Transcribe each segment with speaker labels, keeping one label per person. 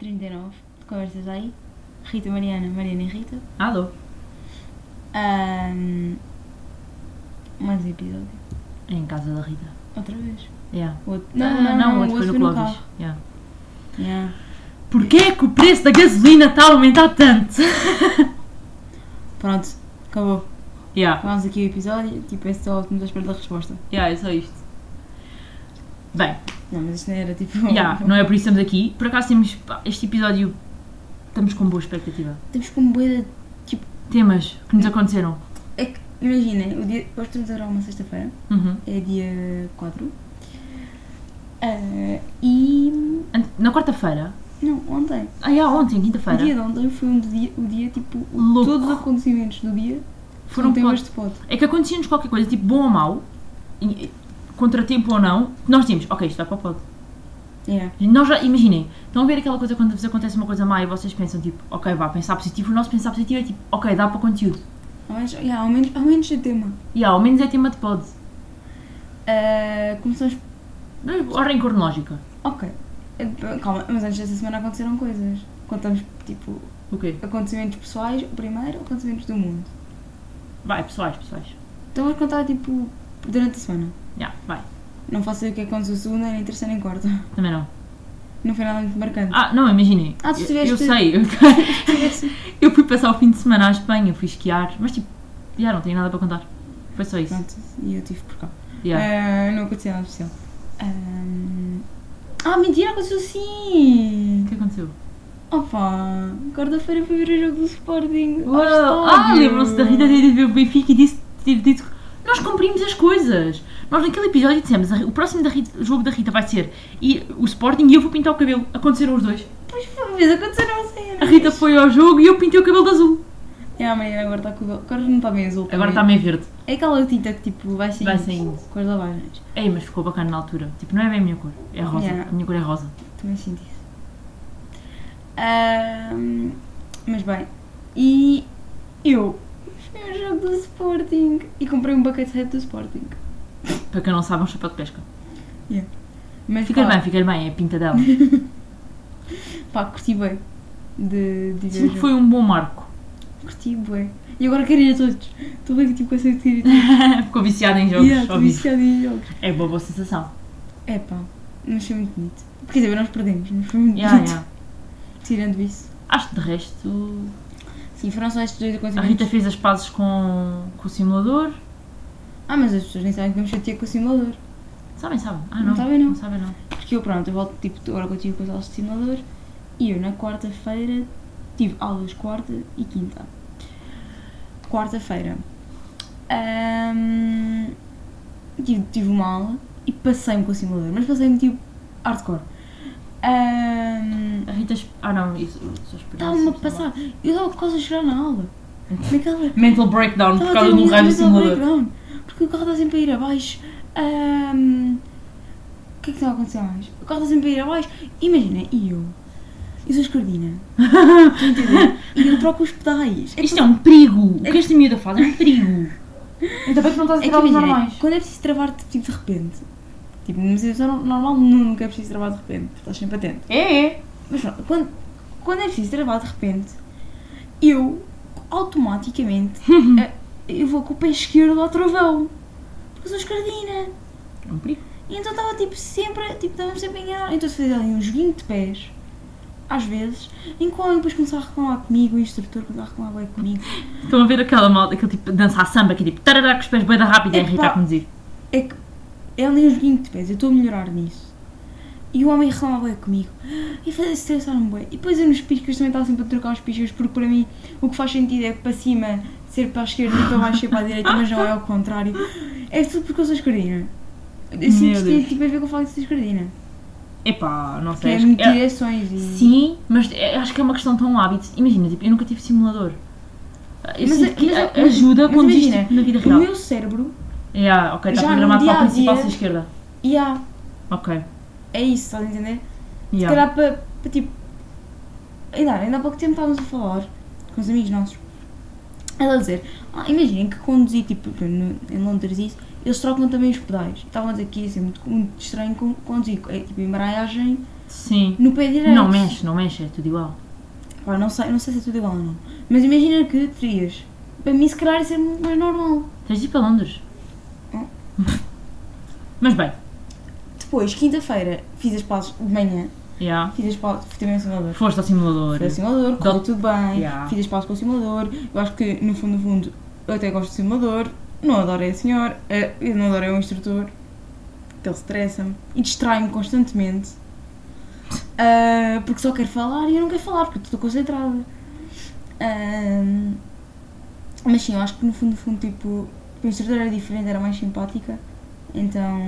Speaker 1: 39 de Conversas aí. Rita, Mariana, Mariana e Rita.
Speaker 2: Alô?
Speaker 1: Ahm, mais um episódio.
Speaker 2: É Em casa da Rita.
Speaker 1: Outra vez.
Speaker 2: Yeah.
Speaker 1: O outro-
Speaker 2: Ah, o outro foi no Clóvis.
Speaker 1: carro.
Speaker 2: Yeah.
Speaker 1: Yeah.
Speaker 2: Porquê que o preço da gasolina está a aumentar tanto?
Speaker 1: Pronto, acabou.
Speaker 2: yeah.
Speaker 1: Acabamos aqui o episódio. Tipo, é só estamos à espera da resposta.
Speaker 2: yeah, é só isto. Bem,
Speaker 1: Não, mas isto não era tipo.
Speaker 2: yeah, não é por isso que estamos aqui. Por acaso temos pá, este episódio. Estamos com boa expectativa.
Speaker 1: Temos como boia de. tipo,
Speaker 2: Temas que nos aconteceram.
Speaker 1: É que, imaginem, o dia. Hoje estamos a gravar uma sexta-feira.
Speaker 2: Uhum.
Speaker 1: É dia 4. Ah, e.
Speaker 2: Ant- Na quarta-feira.
Speaker 1: Não, ontem.
Speaker 2: Ah, yeah, ontem,
Speaker 1: O dia
Speaker 2: quinta-feira.
Speaker 1: de ontem foi um dia, o dia tipo. o-
Speaker 2: Louco.
Speaker 1: Todos os acontecimentos do dia
Speaker 2: Foram
Speaker 1: foram temas
Speaker 2: quatro-
Speaker 1: de foto.
Speaker 2: É que acontecia-nos qualquer coisa, tipo bom ou mau, e- e- contratempo ou não, que nós tínhamos, ok, isto vai para o pod.
Speaker 1: Yeah.
Speaker 2: Nós já, imaginem, estão a ver aquela coisa quando vos acontece uma coisa má e vocês pensam tipo, ok, vá pensar positivo, o nosso pensar positivo é tipo, ok, dá para o conteúdo.
Speaker 1: Ao menos, yeah, ao menos, ao menos é tema.
Speaker 2: E ao menos é tema de pod.
Speaker 1: Ah, começamos.
Speaker 2: Não é Ordem cronológica.
Speaker 1: Ok. Eh, Calma, mas antes dessa semana aconteceram coisas. Contamos, tipo,
Speaker 2: O quê?
Speaker 1: acontecimentos pessoais, o primeiro, acontecimentos do mundo.
Speaker 2: Vai, pessoais, pessoais.
Speaker 1: Então vamos contar, tipo, durante a semana.
Speaker 2: Já, vai.
Speaker 1: Não faço ideia o que é que aconteceu segunda, nem terceira, nem quarta.
Speaker 2: Também não.
Speaker 1: Não foi nada muito marcante.
Speaker 2: Ah, não, imaginem.
Speaker 1: Ah, tu
Speaker 2: eu, eu
Speaker 1: estiveste-
Speaker 2: sei. Eu, eu fui passar o fim de semana à Espanha, fui esquiar, mas tipo, já não tenho nada para contar. Foi só isso.
Speaker 1: Pronto, e eu estive por cá.
Speaker 2: Já.
Speaker 1: Ah, não aconteceu nada especial. Ah, ah, mentira, aconteceu sim!
Speaker 2: O que aconteceu?
Speaker 1: Opa, quarta-feira fui ver o jogo do Sporting. ao
Speaker 2: Uau! Ah,
Speaker 1: estádio.
Speaker 2: lembram-se da Rita ter ido ver o Benfica e disse, ter dito que nós cumprimos as coisas. Nós naquele episódio dissemos, "A Ri- o próximo da Rita- jogo da Rita vai ser e o Sporting e eu vou pintar o cabelo. Aconteceram os dois.
Speaker 1: Pois foi, mas aconteceram
Speaker 2: A
Speaker 1: cenas.
Speaker 2: Rita foi ao jogo e eu pintei o cabelo de azul.
Speaker 1: É, a Mariana agora está com o Agora não está bem azul.
Speaker 2: Agora está
Speaker 1: também.
Speaker 2: meio verde.
Speaker 1: É aquela tinta que tipo vai saindo.
Speaker 2: Vai saindo.
Speaker 1: Com as lavagens.
Speaker 2: Ei, mas ficou bacana na altura. Tipo, não é bem a minha cor. É rosa.
Speaker 1: Yeah.
Speaker 2: A minha cor é rosa.
Speaker 1: Também senti isso. Ahm, mas bem. E eu fui ao jogo do Sporting e comprei um bucket hat do Sporting.
Speaker 2: Para quem não sabe, é um chapéu de pesca.
Speaker 1: Mas
Speaker 2: Fica
Speaker 1: pá,
Speaker 2: bem, fica bem. É a pinta dela.
Speaker 1: Pá, curti bem. De, de ver o
Speaker 2: Sim,
Speaker 1: jogo.
Speaker 2: foi um bom marco.
Speaker 1: Curti bem. E agora quero ir a todos. Estou bem tipo com essa de ir a
Speaker 2: ficou viciada em
Speaker 1: todos.
Speaker 2: jogos.
Speaker 1: Yeah, Estou
Speaker 2: óbvio.
Speaker 1: viciada em jogos.
Speaker 2: É uma boa sensação.
Speaker 1: É pá, mas foi muito bonito. Quer dizer, nós perdemos, mas foi muito
Speaker 2: Yeah,
Speaker 1: bonito.
Speaker 2: yeah.
Speaker 1: Tirando isso.
Speaker 2: Acho que de resto
Speaker 1: Sim, foram só estes dois
Speaker 2: A Rita
Speaker 1: acontecimentos.
Speaker 2: fez as pazes com, com o simulador.
Speaker 1: Ah, mas as pessoas nem sabem que vamos chatear com o simulador.
Speaker 2: Sabem, sabem. Ah,
Speaker 1: Não
Speaker 2: não.
Speaker 1: sabem, não.
Speaker 2: sabem, não.
Speaker 1: Porque eu, pronto, eu volto, tipo, agora continuo com as aulas de simulador. E eu, na quarta-feira, tive aulas quarta e quinta. Quarta-feira. ahm, tive, tive uma aula e passei-me com o simulador. Mas passei-me, tipo, hardcore. Ahm,
Speaker 2: A Rita. es- Ah, não. Isso, só esperança,
Speaker 1: Estava-me a
Speaker 2: sei
Speaker 1: passar. Eu estava quase a chorar na aula. Naquela
Speaker 2: lá. Mental breakdown por
Speaker 1: Estava
Speaker 2: causa
Speaker 1: a ter
Speaker 2: do
Speaker 1: um
Speaker 2: raio do
Speaker 1: mental
Speaker 2: simulador.
Speaker 1: breakdown, Porque o carro está sempre a ir abaixo. Ahm, O que é que está a acontecer mais? O carro está sempre a ir abaixo. Imagina, e eu? Eu sou escardina. Estão a entender? E eu troco os pedais. É que,
Speaker 2: Isto é um perigo. O que esta miúda faz é um perigo. Ainda bem que não estás
Speaker 1: é que
Speaker 2: a tirar os
Speaker 1: imagina,
Speaker 2: normais.
Speaker 1: quando é preciso travar tipo, de repente. Tipo, numa situação no- normal nunca é preciso travar de repente. porque Estás sempre atento.
Speaker 2: É, é.
Speaker 1: Mas pronto, quando, quando é preciso travar de repente, eu automaticamente eh, eu vou com o pé esquerdo ao travão. Porque eu sou escardina.
Speaker 2: É um perigo.
Speaker 1: E então estava tipo sempre, tipo, estava sempre a enganar. Então se fazia ali um joguinho de pés, às vezes, em qual eu depois começava a reclamar comigo, o instrutor começava a reclamar bem comigo.
Speaker 2: Estão a ver aquela malta, aquele tipo de dançar samba que é tipo tarará com os pés bem da rápida e a
Speaker 1: Epá.
Speaker 2: Rita a conduzir.
Speaker 1: É que é ali um joguinho de pés, eu estou a melhorar nisso. E o homem reclamava bem comigo. "Ah, E fazia-se estressar-me bem. E depois eu nos piscas também estava sempre a trocar os piscas, porque para mim o que faz sentido é que para cima ser para a esquerda e para baixo ser para a direita, mas não é ao contrário. É tudo porque eu sou escardina. Eu sinto que tem
Speaker 2: Deus.
Speaker 1: tipo a ver com o facto de ser escardina.
Speaker 2: Epá, não
Speaker 1: Que
Speaker 2: sei.
Speaker 1: é
Speaker 2: acho que- é-
Speaker 1: direções e.
Speaker 2: Sim, mas é- acho que é uma questão tão hábito. Imagina, tipo, eu nunca tive simulador. Eu
Speaker 1: Mas é-
Speaker 2: sinto que
Speaker 1: mas é-
Speaker 2: a- ajuda a
Speaker 1: mas
Speaker 2: conduzir
Speaker 1: imagina,
Speaker 2: tipo, na vida
Speaker 1: O
Speaker 2: real.
Speaker 1: meu cérebro,
Speaker 2: Yeah, ok, está
Speaker 1: Já no
Speaker 2: programado para a
Speaker 1: dia-a-dia-
Speaker 2: principal se à esquerda.
Speaker 1: e há,
Speaker 2: Ok.
Speaker 1: é isso, estás a entender? Se
Speaker 2: Yeah.
Speaker 1: calhar para, para tipo. Ainda, ainda há pouco tempo estávamos a falar com os amigos nossos. Ela a dizer, ah, imaginem que conduzir tipo no- em Londres e isso, eles trocam também os pedais. Estavam a dizer que ia ser muito, muito estranho con- conduzir, é, tipo embreagem
Speaker 2: Sim.
Speaker 1: no pé direito.
Speaker 2: Não mexe, não mexe, é tudo igual.
Speaker 1: Pá, não sei, não sei se é tudo igual ou não. Mas imagina que terias. Para mim, se calhar, isso é muito mais normal.
Speaker 2: Tens de ir para Londres.
Speaker 1: Hum.
Speaker 2: Mas bem,
Speaker 1: Depois, quinta-feira, fiz as pazes de manhã.
Speaker 2: já.
Speaker 1: Fiz as pazes, fui também ao simulador.
Speaker 2: Foste ao simulador.
Speaker 1: Fui ao simulador, correu
Speaker 2: Dou-
Speaker 1: tudo bem.
Speaker 2: Yeah.
Speaker 1: Fiz as pazes com o simulador. Eu acho que, no fundo, no fundo, eu até gosto do simulador. Não adoro é a senhora. eh, Eu não adoro é o instrutor. Que ele estressa-me. E distrai-me constantemente. Ah, porque só quero falar e eu não quero falar, porque estou concentrada. Ahm, mas sim, eu acho que no fundo, no fundo, tipo, a instrutora era diferente, era mais simpática, então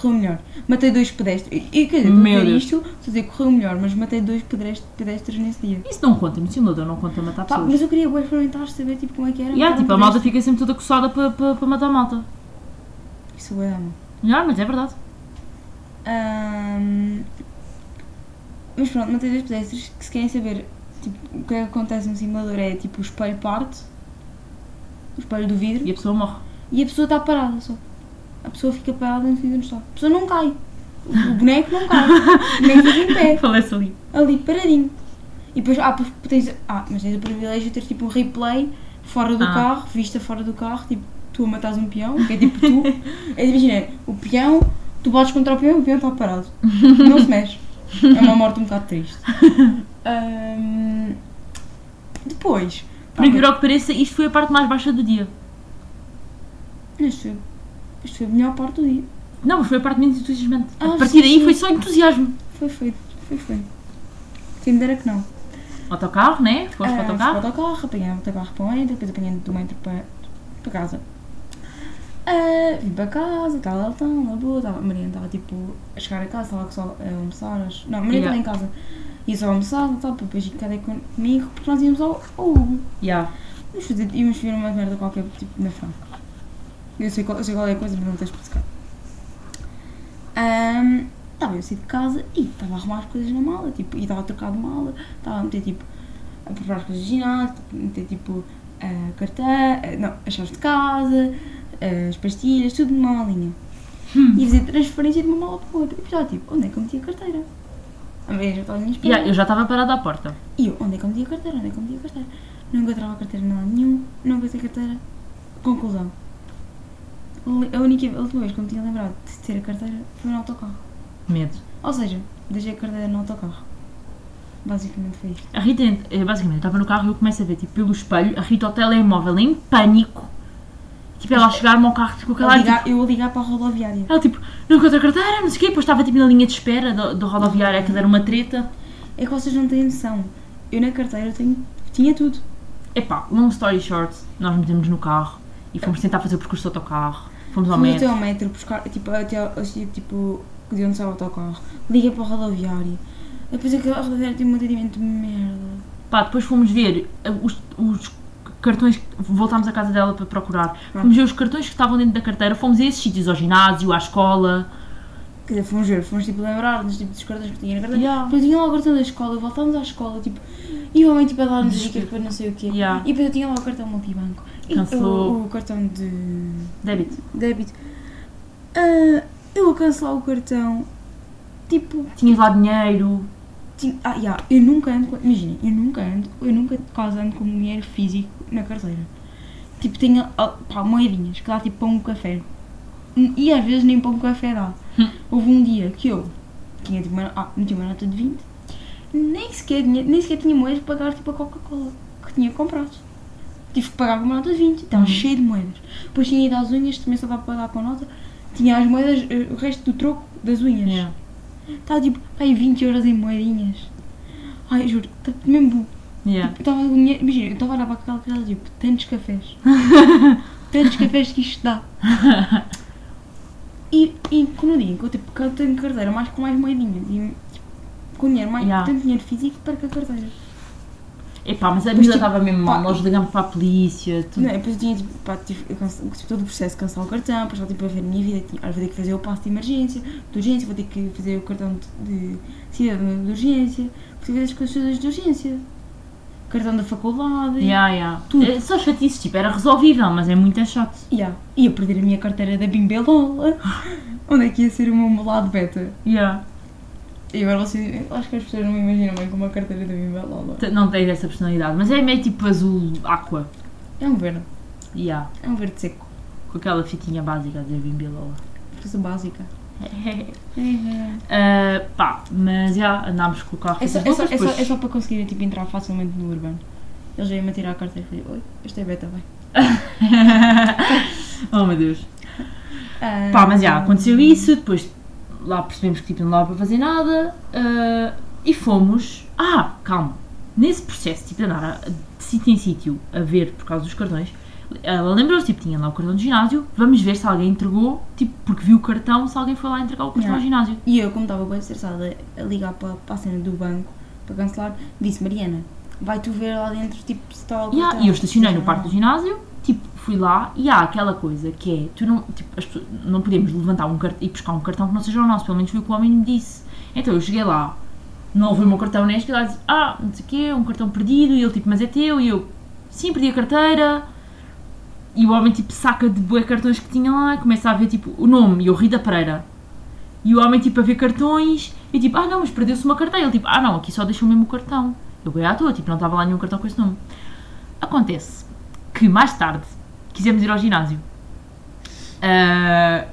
Speaker 1: correu melhor. Matei dois pedestres. E quer dizer, estou
Speaker 2: Meu
Speaker 1: a dizer
Speaker 2: Deus.
Speaker 1: isto, estou a dizer que correu melhor, mas matei dois pedestres, pedestres nesse dia.
Speaker 2: Isso não conta, no simulador não conta matar
Speaker 1: Pá,
Speaker 2: pessoas.
Speaker 1: mas eu queria bué experimentar, saber tipo como é que era.
Speaker 2: Já,
Speaker 1: matar um
Speaker 2: tipo, a
Speaker 1: pedestre.
Speaker 2: malta fica sempre toda coçada para pa, pa matar a malta.
Speaker 1: Isso bué dá mal.
Speaker 2: Já, mas é verdade.
Speaker 1: Ahm, mas pronto, matei dois pedestres que se querem saber tipo, o que é que acontece no simulador é tipo o espelho parte, o espelho do vidro.
Speaker 2: E a pessoa morre.
Speaker 1: E a pessoa está parada só. A pessoa fica parada no sítio onde está. A pessoa não cai. O boneco não cai. O boneco fica em pé.
Speaker 2: Falece ali.
Speaker 1: Ali, paradinho. E depois, ah, pois tens, ah, mas tens o privilégio de ter tipo um replay fora do
Speaker 2: Ah.
Speaker 1: carro, vista fora do carro, tipo, tu a matares um peão, que é tipo tu. É, Imagina, o peão, tu bates contra o peão e o peão está parado. Não se mexe. É uma morte um bocado triste. Ahm, depois.
Speaker 2: Por incrível que pareça, isto foi a parte mais baixa do dia.
Speaker 1: Isto foi, isto foi a melhor parte do dia.
Speaker 2: Não, mas foi a parte menos entusiasmante.
Speaker 1: Ah,
Speaker 2: a partir
Speaker 1: sim,
Speaker 2: daí
Speaker 1: sim.
Speaker 2: foi só entusiasmo.
Speaker 1: Foi feito, foi feito. Quem me dera que não.
Speaker 2: Autocarro, né? Foste para o
Speaker 1: Ah,
Speaker 2: autocarro.
Speaker 1: fui para o autocarro, apanhei o autocarro para o metro, depois apanhei do metro para, para casa. Ah, vim para casa, estava lá, tão, lá boa, estava, a Mariana estava tipo a chegar a casa, estava lá só a almoçar. acho- Não, a Mariana estava
Speaker 2: Yeah.
Speaker 1: em casa. Ia só almoçar, tal, para depois ir cadê com- comigo, porque nós íamos ao, ao Hugo.
Speaker 2: Já.
Speaker 1: Íamos, fazer, íamos ver uma merda qualquer, tipo, na Franca. Eu sei qual, eu sei qual é a coisa, mas não tens especificar. Ahm, Estava eu saí de casa e estava a arrumar as coisas na mala, tipo, e estava a trocar de mala, estava a meter, tipo, a preparar as coisas de ginásio, tipo, meter, tipo, a carteira, a- não, as chaves de casa, as pastilhas, tudo numa malinha.
Speaker 2: Hum.
Speaker 1: E fazer transferência de uma mala para outra. E já, tipo, onde é que eu meti a carteira? A Maria já estava a minha
Speaker 2: Já, eu já estava parada à porta.
Speaker 1: e eu, onde é que eu meti a carteira? Onde é que eu meti a carteira? Não encontrava a carteira em lado nenhum, não encontrei a carteira. Conclusão. Le- A única a última vez que eu me tinha lembrado de ter a carteira foi no autocarro.
Speaker 2: Medo.
Speaker 1: Ou seja, deixei a carteira no autocarro. Basicamente foi isto.
Speaker 2: A Rita, ent- eh, basicamente, estava no carro e eu começo a ver, tipo, pelo espelho, a Rita ao telemóvel em pânico. Tipo, ela a chegar-me ao carro, tipo, com
Speaker 1: Eu a
Speaker 2: aquela... Tipo,
Speaker 1: ligar, eu a ligar para a rodoviária.
Speaker 2: ela, tipo, não encontrei a carteira, não sei o quê. Depois estava, tipo, na linha de espera do, do rodoviário, aquilo era uma treta.
Speaker 1: É que vocês não têm noção. Eu na carteira tenho, tinha tudo.
Speaker 2: Epá, long story short, nós metemos no carro e fomos tentar fazer o percurso do autocarro. Fomos ao
Speaker 1: Fui até
Speaker 2: metro.
Speaker 1: ao metro, buscar, tipo, até ao, ao sítio, tipo, de onde sai o autocarro. Liguei para a rodoviária. Depois aquela rodoviária tem um atendimento de merda.
Speaker 2: Pá, depois fomos ver eh, os, os cartões, que- voltámos à casa dela para procurar. Fomos ver os cartões que estavam dentro da carteira, fomos a esses sítios, ao ginásio, à escola.
Speaker 1: Quer dizer, fomos ver, fomos tipo lembrar-nos tipo, dos cartões que tinha na carteira.
Speaker 2: Yeah.
Speaker 1: Depois tinha lá o cartão da escola, voltámos à escola, tipo, e o homem tipo a dar-nos dicas para não sei o quê.
Speaker 2: Yeah.
Speaker 1: E depois eu tinha lá o cartão multibanco. E
Speaker 2: Cancelou.
Speaker 1: o, o cartão de
Speaker 2: Débito.
Speaker 1: débito. Ah, eu a cancelar o cartão, tipo,
Speaker 2: Tinhas lá dinheiro.
Speaker 1: tinha, ah, yeah, eu nunca ando, com- imaginem, eu nunca ando, eu nunca quase ando com dinheiro físico na carteira. Tipo, tenho, ah, pá, moedinhas, que dá tipo para um café. Hum, E às vezes nem para um café dá.
Speaker 2: Hum.
Speaker 1: Houve um dia que eu tinha tipo uma, ah, meti uma nota de 20, nem sequer, tinha- nem sequer tinha moedas para pagar tipo a Coca-Cola que tinha comprado. Tive que pagar com uma nota de 20, estava
Speaker 2: Uhum.
Speaker 1: cheio de moedas. Depois tinha ido às unhas, também só dava para pagar com nota. Tinha as moedas, eh, o resto do troco das unhas.
Speaker 2: Yeah.
Speaker 1: Estava tipo, ai, 20 euros em moedinhas. Ai, juro, tá mesmo.
Speaker 2: Yeah.
Speaker 1: tipo, Estava com dinheiro. Imagina, eu estava a olhar para aquela casa, tipo, tantos cafés. tantos cafés que isto dá. E, e como eu digo, eu, tipo, que eu tenho carteira mais com mais moedinhas. E tipo, com dinheiro, mais,
Speaker 2: Yeah.
Speaker 1: tanto dinheiro físico para que a carteira.
Speaker 2: Epá, mas a
Speaker 1: Mas,
Speaker 2: Mila
Speaker 1: tipo,
Speaker 2: estava mesmo mal,
Speaker 1: pá,
Speaker 2: nós ligamos para a polícia, tudo.
Speaker 1: Não, depois eu tinha tipo, pá, tive, eu canse- tipo, todo o processo de cancelar o cartão, depois estava tipo, a ver a minha vida, tinha, ah, vou ter que fazer o passo de emergência, de urgência, vou ter que fazer o cartão de, de cidadão de urgência, vou ter que fazer as coisas todas de urgência, cartão da faculdade,
Speaker 2: Yeah, yeah.
Speaker 1: Tudo.
Speaker 2: É Só chatices, tipo, era resolvível, mas é muito chato.
Speaker 1: Yeah. ia perder a minha carteira da Bimbelola, onde é que ia ser o meu lado beta?
Speaker 2: Yeah.
Speaker 1: E agora vocês. eu Acho que as pessoas não me imaginam bem com uma carteira da Bimba Lola.
Speaker 2: T- Não tens essa personalidade, mas é meio tipo azul aqua.
Speaker 1: É um verde.
Speaker 2: Yeah.
Speaker 1: É um verde seco.
Speaker 2: Com aquela fitinha básica de Bimbilola.
Speaker 1: Coisa básica.
Speaker 2: uh, pá, mas já andámos com o carro.
Speaker 1: É só,
Speaker 2: com
Speaker 1: é, só,
Speaker 2: essas
Speaker 1: é, só,
Speaker 2: roupas,
Speaker 1: é só para conseguirem tipo, entrar facilmente no urbano. Eles vêm-me tirar a carteira e falei, oi, este é beta bem.
Speaker 2: pois. oh meu Deus.
Speaker 1: Ah,
Speaker 2: Pá, mas já aconteceu isso, depois lá percebemos que tipo, não dava para fazer nada ah, e fomos. Ah, calma, nesse processo tipo, de andar a- de sítio em sítio a ver por causa dos cartões, ela lembrou-se, tipo, tinha lá o cartão de ginásio, vamos ver se alguém entregou, tipo, porque viu o cartão, se alguém foi lá entregar o
Speaker 1: Yeah.
Speaker 2: cartão ao ginásio.
Speaker 1: E eu, como estava bem estressada a ligar para, para a cena do banco para cancelar, disse Mariana, vai tu ver lá dentro tipo se está Ah, algum.
Speaker 2: Yeah, e eu estacionei no parque do ginásio, tipo, fui lá e há aquela coisa que é, tu não, tipo, as pessoas- não podemos levantar um cartão e buscar um cartão que não seja o nosso, pelo menos foi o que o homem me disse. Então eu cheguei lá, não ouvi o meu cartão neste, e lá disse, ah, não sei o quê, um cartão perdido, e ele tipo, mas é teu, e eu, sim, perdi a carteira. E o homem tipo saca de bué cartões que tinha lá e começa a ver tipo o nome, e eu Rita Pereira. E o homem tipo a ver cartões e tipo, ah não, mas perdeu-se uma carteira. Ele tipo, ah não, aqui só deixou mesmo o cartão. Eu ganhei à toa, tipo, não estava lá nenhum cartão com esse nome. Acontece que mais tarde quisemos ir ao ginásio. Ah,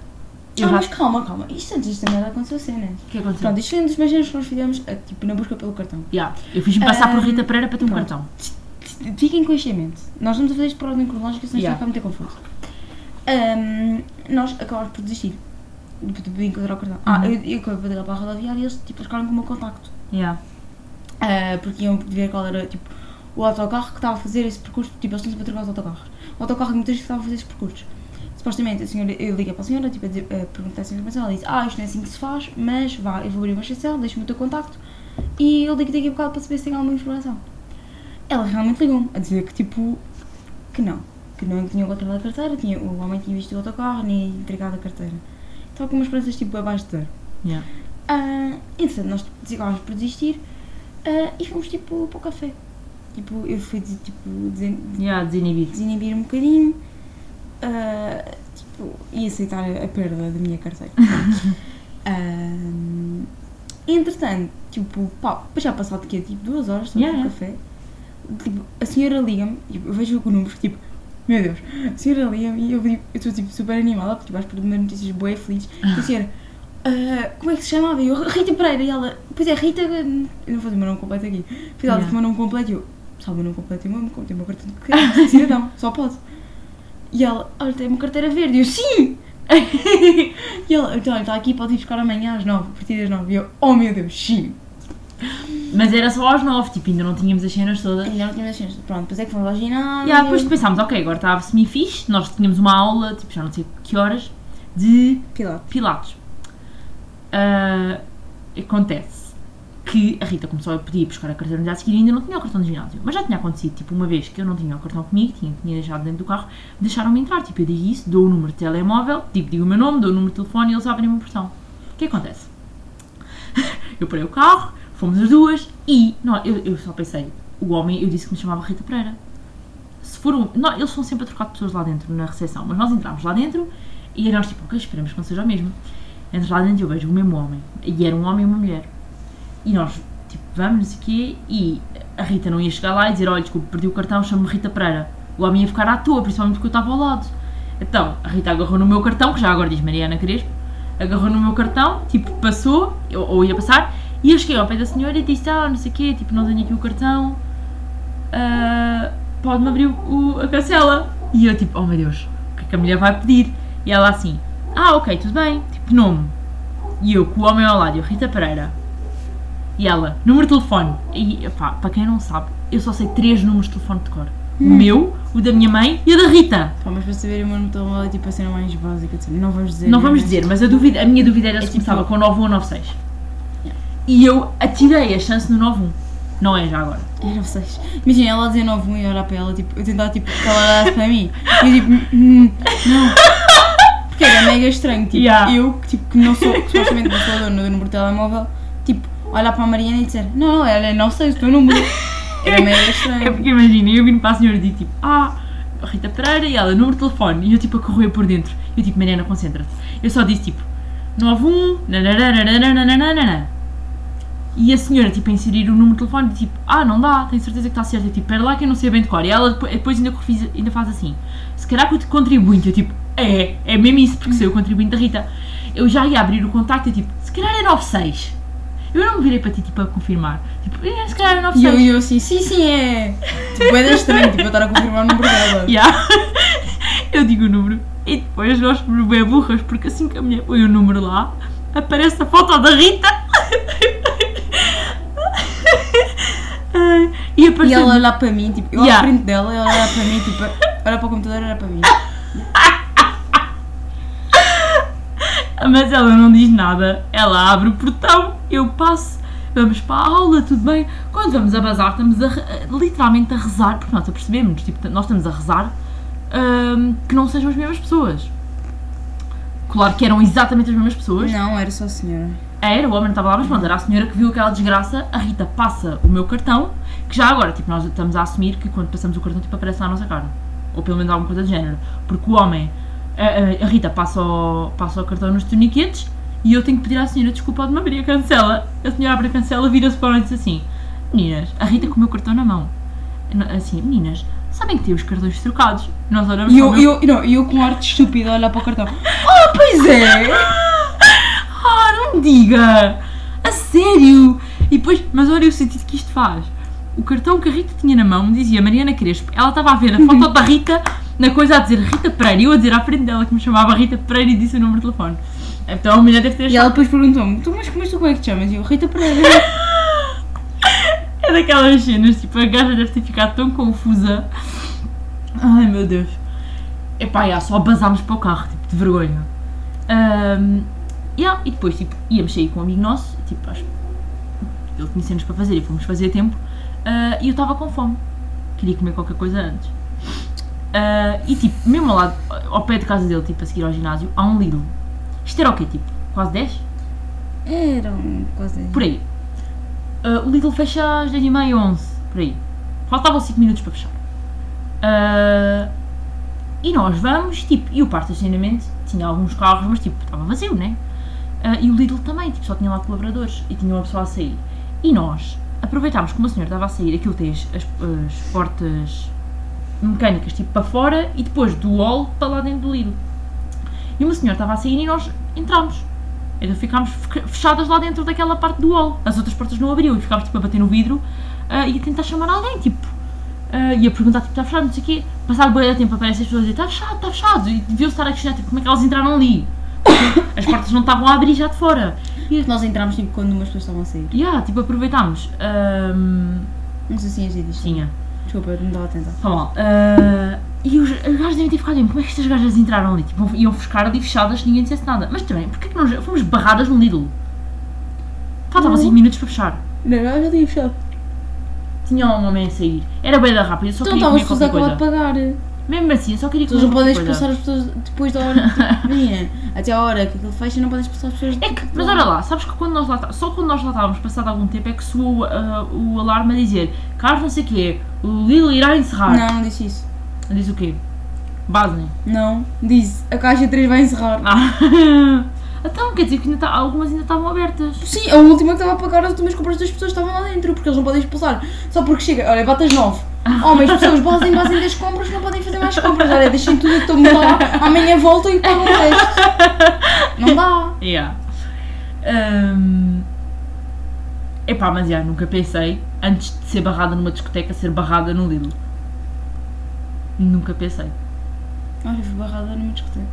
Speaker 2: eu
Speaker 1: Ah,
Speaker 2: já-
Speaker 1: mas calma, calma. Isto antes desta merda aconteceu cenas.
Speaker 2: O que aconteceu?
Speaker 1: Pronto, isto foi um dos meus que nós fizemos, eh, tipo, na busca pelo cartão.
Speaker 2: Yeah, eu fiz-me passar por
Speaker 1: Ah,
Speaker 2: Rita Pereira para ter um
Speaker 1: pronto.
Speaker 2: cartão.
Speaker 1: Fiquem com este em mente. Nós vamos a fazer isto por ordem cronológica, senão isto
Speaker 2: Yeah.
Speaker 1: vai ficar muito confuso. Ahm, nós acabámos por desistir de, de, de encontrar o cartão. Ah,
Speaker 2: Uhum.
Speaker 1: eu, eu acabei de ligar para a rodoviária e eles tipo, ficaram com o meu contacto.
Speaker 2: Yeah.
Speaker 1: Ah, porque iam ver qual era tipo, o autocarro que estava a fazer esse percurso. Tipo, eles estão sempre a trocar os autocarros. O autocarro de motoristas que estava a fazer esses percursos. Supostamente, a senhora, eu liguei para a senhora, tipo, a, dizer, a perguntar essa informação. Ela disse: Ah, isto não é assim que se faz, mas vá, eu vou abrir uma exceção, deixa-me o teu contacto e eu ligo daqui a bocado para saber se tem alguma informação. Ela realmente ligou-me a dizer que, tipo, que não. Que não tinha o da carteira, tinha, o homem tinha visto o autocarro nem entregado a carteira. Estava com umas esperanças, tipo, abaixo de zero.
Speaker 2: Yeah.
Speaker 1: Ah, entretanto, nós acabámos por desistir ah, e fomos tipo para o café. Tipo, eu fui de- tipo, desen-
Speaker 2: Yeah, desinibido.
Speaker 1: desinibir um bocadinho ah, tipo, e aceitar a perda da minha carteira. Ah, entretanto, tipo, pá, já passado de quê? Tipo, duas horas só
Speaker 2: Yeah,
Speaker 1: no
Speaker 2: yeah.
Speaker 1: café. Tipo, a senhora liga-me, tipo, eu vejo o número, tipo, meu Deus, a senhora liga-me e eu tipo, eu estou tipo, super animada, porque tipo, às primeiras notícias boa e feliz. E a senhora, assim, "Ah, como é que se chamava? E eu, Rita Pereira, e ela, pois é, Rita, hum, eu não vou dizer o meu nome completo aqui. Pois ela
Speaker 2: Yeah.
Speaker 1: disse o meu nome completo e eu, sabe o meu nome completo, e o meu nome, tem uma carteira de crédito de cidadão, só pode. E ela, olha, tem uma carteira verde, e eu, sim! e ela, então, olha, está aqui, pode ir buscar amanhã às nove a partir das nove E eu, oh meu Deus, sim!
Speaker 2: Mas era só às nove, tipo, ainda não tínhamos as cenas todas.
Speaker 1: Ainda não tínhamos as cenas. Pronto, depois é que fomos ao ginásio.
Speaker 2: Yeah, depois pensámos, ok, agora estava semi-fixe, nós tínhamos uma aula, tipo, já não sei que horas, de
Speaker 1: Pilates.
Speaker 2: Pilates. Ah, acontece que a Rita começou a pedir buscar a carteira no dia a seguir e ainda não tinha o cartão de ginásio. Mas já tinha acontecido, tipo, uma vez que eu não tinha o cartão comigo, tinha, tinha deixado dentro do carro, deixaram-me entrar. Tipo, eu digo isso, dou o número de telemóvel, tipo, digo o meu nome, dou o número de telefone e eles abrem uma portão. O que acontece? Eu parei o carro, fomos as duas e. Não, eu, eu só pensei, o homem, eu disse que me chamava Rita Pereira. Se for um. Não, eles são sempre a trocar de pessoas lá dentro, na recepção, mas nós entramos lá dentro e nós tipo, ok, esperamos que não seja o mesmo. Entro lá dentro e eu vejo o mesmo homem. E era um homem e uma mulher. E nós, tipo, vamos, não sei o quê, e a Rita não ia chegar lá e dizer, olha, desculpa, perdi o cartão, chamo-me Rita Pereira. O homem ia ficar à toa, principalmente porque eu estava ao lado. Então, a Rita agarrou no meu cartão, que já agora diz Mariana Crespo, agarrou no meu cartão, tipo, passou, ou, ou ia passar, e eu cheguei ao pé da senhora e disse, ah, não sei o quê, tipo, não tenho aqui o cartão, ah, pode-me abrir o, a cancela. E eu tipo, oh meu Deus, o que é que a mulher vai pedir? E ela assim, ah ok, tudo bem, tipo nome. E eu com o homem ao lado, eu, Rita Pereira. E ela, número de telefone. E pá, para quem não sabe, eu só sei três números de telefone de cor. O
Speaker 1: Hum.
Speaker 2: meu, o da minha mãe e o da Rita.
Speaker 1: Pá, mas para saber o meu nome tão mal é tipo a cena mais básica, tipo, não vamos dizer.
Speaker 2: Não vamos dizer, mas a, dúvida, a minha dúvida era
Speaker 1: É
Speaker 2: se
Speaker 1: tipo-
Speaker 2: começava com 91 ou 96. E eu atirei a chance no 91. Não é já agora.
Speaker 1: Era vocês. Imagina ela a dizer 91 e eu olhar para ela, tipo, eu tentava tipo, que ela olhasse para mim. E eu tipo, "Hum, não. Porque era mega estranho, tipo,
Speaker 2: Yeah.
Speaker 1: eu que, tipo, que não sou, que supostamente não sou a dona do número de telemóvel, tipo, olhar para a Mariana e dizer, não, não, ela é não sei o teu número. Era mega
Speaker 2: É
Speaker 1: estranho.
Speaker 2: porque imagina, eu vim para a senhora e digo tipo, ah, Rita Pereira e ela, número de telefone, e eu tipo a correr por dentro. Eu tipo, Mariana, concentra-te. Eu só disse tipo, 91, nananana, nananana. um, E a senhora, tipo, a inserir o número de telefone, tipo, ah, não dá, tenho certeza que está certo. Eu, tipo, pera lá que eu não sei bem de cor. E ela depo- depois ainda, corrige- ainda faz assim, se calhar que o contribuinte. Eu, tipo, é, é mesmo isso, porque sei o contribuinte da Rita. Eu já ia abrir o contacto, eu, tipo, se calhar é 96. Eu não me virei para ti, tipo, a confirmar. Tipo, "Eh, se calhar é
Speaker 1: E eu,
Speaker 2: 96.
Speaker 1: e eu assim, sim, sim, é. Tipo, é da estranho, tipo, eu estar a confirmar o número dela.
Speaker 2: Yeah. Eu digo o número e depois gosto de bem burras porque assim que a mulher põe o número lá, aparece a foto da Rita. Ai, e
Speaker 1: E
Speaker 2: apareceu.
Speaker 1: ela olhar para mim, tipo, eu à
Speaker 2: Yeah.
Speaker 1: frente dela, ela olhar para mim, tipo, olha para o computador, olha para mim.
Speaker 2: Mas ela não diz nada. Ela abre o portão, eu passo, vamos para a aula, tudo bem. Quando vamos a bazar, estamos a re- a- literalmente a rezar, porque nós apercebemos, tipo, nós estamos a rezar hum, que não sejam as mesmas pessoas. Claro que eram exatamente as mesmas pessoas.
Speaker 1: Não, era só a senhora.
Speaker 2: Era, o homem não estava lá, mas pronto, era a senhora que viu aquela desgraça. A Rita passa o meu cartão, que já agora, tipo, nós estamos a assumir que quando passamos o cartão, tipo, aparece lá a nossa cara. Ou pelo menos alguma coisa do género. Porque o homem, a, a- a Rita passa o, passa o cartão nos torniquetes e eu tenho que pedir à senhora desculpa ao de me abrir a cancela. A senhora abre a cancela, vira-se para nós e diz assim: Meninas, a Rita com o meu cartão na mão. N- Assim, meninas, sabem que tem os cartões trocados? Nós olhamos
Speaker 1: E
Speaker 2: para o
Speaker 1: eu,
Speaker 2: meu-
Speaker 1: eu, não, eu com arte estúpida a olhar para o cartão. Oh, pois é!
Speaker 2: Ah, não me diga! A sério! E depois, mas olha o sentido que isto faz. O cartão que a Rita tinha na mão me dizia Mariana Crespo. Ela estava a ver a foto da Rita na coisa a dizer Rita Pereira. E eu a dizer à frente dela que me chamava Rita Pereira e disse o número de telefone. Então a mulher deve ter
Speaker 1: E ela depois perguntou-me, tu, mas, mas tu como é que te chamas? E eu, Rita Pereira.
Speaker 2: É daquelas cenas, tipo, a gaja deve ter ficado tão confusa. Ai meu Deus. Epá, já, só bazámos para o carro, tipo, de vergonha. Ahm, yeah, e depois, tipo, íamos sair com um amigo nosso, tipo, acho que ele tinha cenas para fazer e fomos fazer a tempo. ah, e eu estava com fome. Queria comer qualquer coisa antes. Ah, e tipo, mesmo ao lado, ao pé de casa dele, tipo, a seguir ao ginásio, há um Lidl. Isto era o quê? Tipo, quase 10?
Speaker 1: Eram quase
Speaker 2: Por aí. Ah, o Lidl fecha às 10h30, 11 por aí. Faltavam 5 minutos para fechar. Ah, e nós vamos, tipo, e o parque de estacionamento tinha alguns carros, mas tipo, estava vazio, né? Ah, e o Lidl também, tipo, só tinha lá colaboradores e tinha uma pessoa a sair. E nós aproveitámos que uma senhora estava a sair, aquilo tem as, as- as portas mecânicas, tipo, para fora e depois do hall para lá dentro do Lidl. E uma senhora estava a sair e nós entramos. Então ficámos fe- fechadas lá dentro daquela parte do hall. As outras portas não abriam e ficámos tipo a bater no vidro ah, e a tentar chamar alguém, tipo. ah, e a perguntar, tipo, está fechado, não sei o quê. Passado bem tempo aparecem as pessoas a dizer, está fechado, está fechado. E deviam estar a questionar, tipo, como é que elas entraram ali? Porque As portas não estavam a abrir já de fora.
Speaker 1: Nós entrámos tipo quando umas pessoas estavam a sair.
Speaker 2: E ah, tipo, aproveitámos. ahm,
Speaker 1: Não sei se tinhas dito isto.
Speaker 2: tinha.
Speaker 1: Desculpa, eu não estava a tentar.
Speaker 2: Está mal. Ah, e os, os gajos devem ter ficado mesmo. Como é que estas gajas entraram ali? Tipo, iam buscar ali fechadas se ninguém dissesse nada. Mas também, porquê que nós fomos barradas no Lidl? Faltavam
Speaker 1: Não.
Speaker 2: 5 minutos para fechar.
Speaker 1: Não, eu já tinha fechado.
Speaker 2: Tinha um homem a sair. Era bem da rápida, eu só
Speaker 1: Então
Speaker 2: queria
Speaker 1: estavam as
Speaker 2: comer
Speaker 1: pessoas
Speaker 2: qualquer
Speaker 1: a acabar
Speaker 2: coisa.
Speaker 1: de pagar.
Speaker 2: Mesmo assim, eu só queria
Speaker 1: Vocês
Speaker 2: comer
Speaker 1: não podem
Speaker 2: qualquer
Speaker 1: expulsar
Speaker 2: coisa.
Speaker 1: as pessoas depois da hora. Tipo, menina, até a hora que aquilo fecha, não podem expulsar as pessoas.
Speaker 2: É que, mas olha lá, sabes que quando nós lá, tá- só quando nós lá estávamos, passado algum tempo, é que soou ah, o alarme a dizer Carlos não sei o quê, o Lidl irá encerrar.
Speaker 1: Não, não disse isso.
Speaker 2: Diz o quê? Basem.
Speaker 1: Não, disse, a caixa 3 vai encerrar.
Speaker 2: Ah. Então, quer dizer que ainda tá- algumas ainda estavam abertas.
Speaker 1: Sim, a última que estava a pagar, as últimas compras das pessoas estavam lá dentro, porque eles não podem expulsar. Só porque chega, olha, batas 9. Homens, pessoas, basem, basem das compras, não podem fazer mais compras. Olha, deixem tudo, estou-me lá, amanhã voltam e pagam o resto. Não dá.
Speaker 2: Yeah. Ahm, Epá, mas já, nunca pensei, antes de ser barrada numa discoteca, ser barrada no Lidl. Nunca pensei.
Speaker 1: Olha, fui barrada numa discoteca.